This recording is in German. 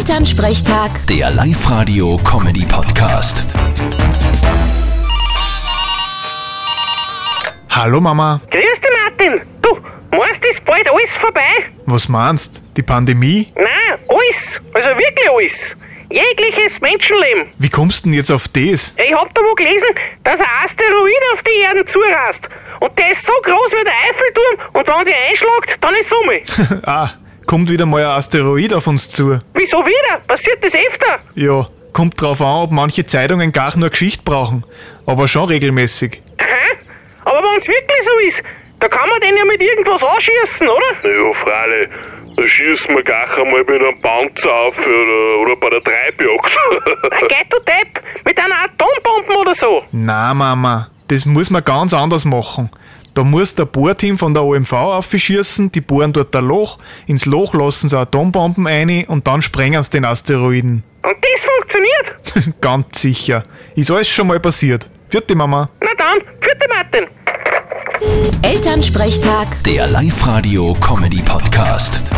Elternsprechtag, Der Live-Radio-Comedy-Podcast. Hallo Mama, Grüß dich, Martin. Du, meinst du, ist bald alles vorbei? was meinst? Die Pandemie? Nein, alles. Also wirklich alles. Jegliches Menschenleben. Wie kommst denn jetzt auf das? Ich hab da wo gelesen, dass ein Asteroid auf die Erden zurast. Und der ist so groß wie der Eiffelturm und wenn der einschlagt, dann ist um. Summe. ah, kommt wieder mal ein Asteroid auf uns zu. Wieso wieder? Passiert das öfter? Ja, kommt drauf an, ob manche Zeitungen gar nur Geschichte brauchen, aber schon regelmäßig. Aha. Aber wenn es wirklich so ist, da kann man den ja mit irgendwas anschießen, oder? Ja, Freilich. Da schießen wir gleich einmal mit einem Panzer auf oder, oder bei der Treibjagd. Geht du Depp, mit einer Atombombe oder so. Na Mama, das muss man ganz anders machen. Da muss der Bohrteam von der OMV aufschießen, die bohren dort ein Loch, ins Loch lassen sie Atombomben ein und dann sprengen sie den Asteroiden. Und das funktioniert. ganz sicher. Ist alles schon mal passiert. Vierte Mama. Na dann, vierte Martin. Elternsprechtag. Der Live-Radio-Comedy-Podcast.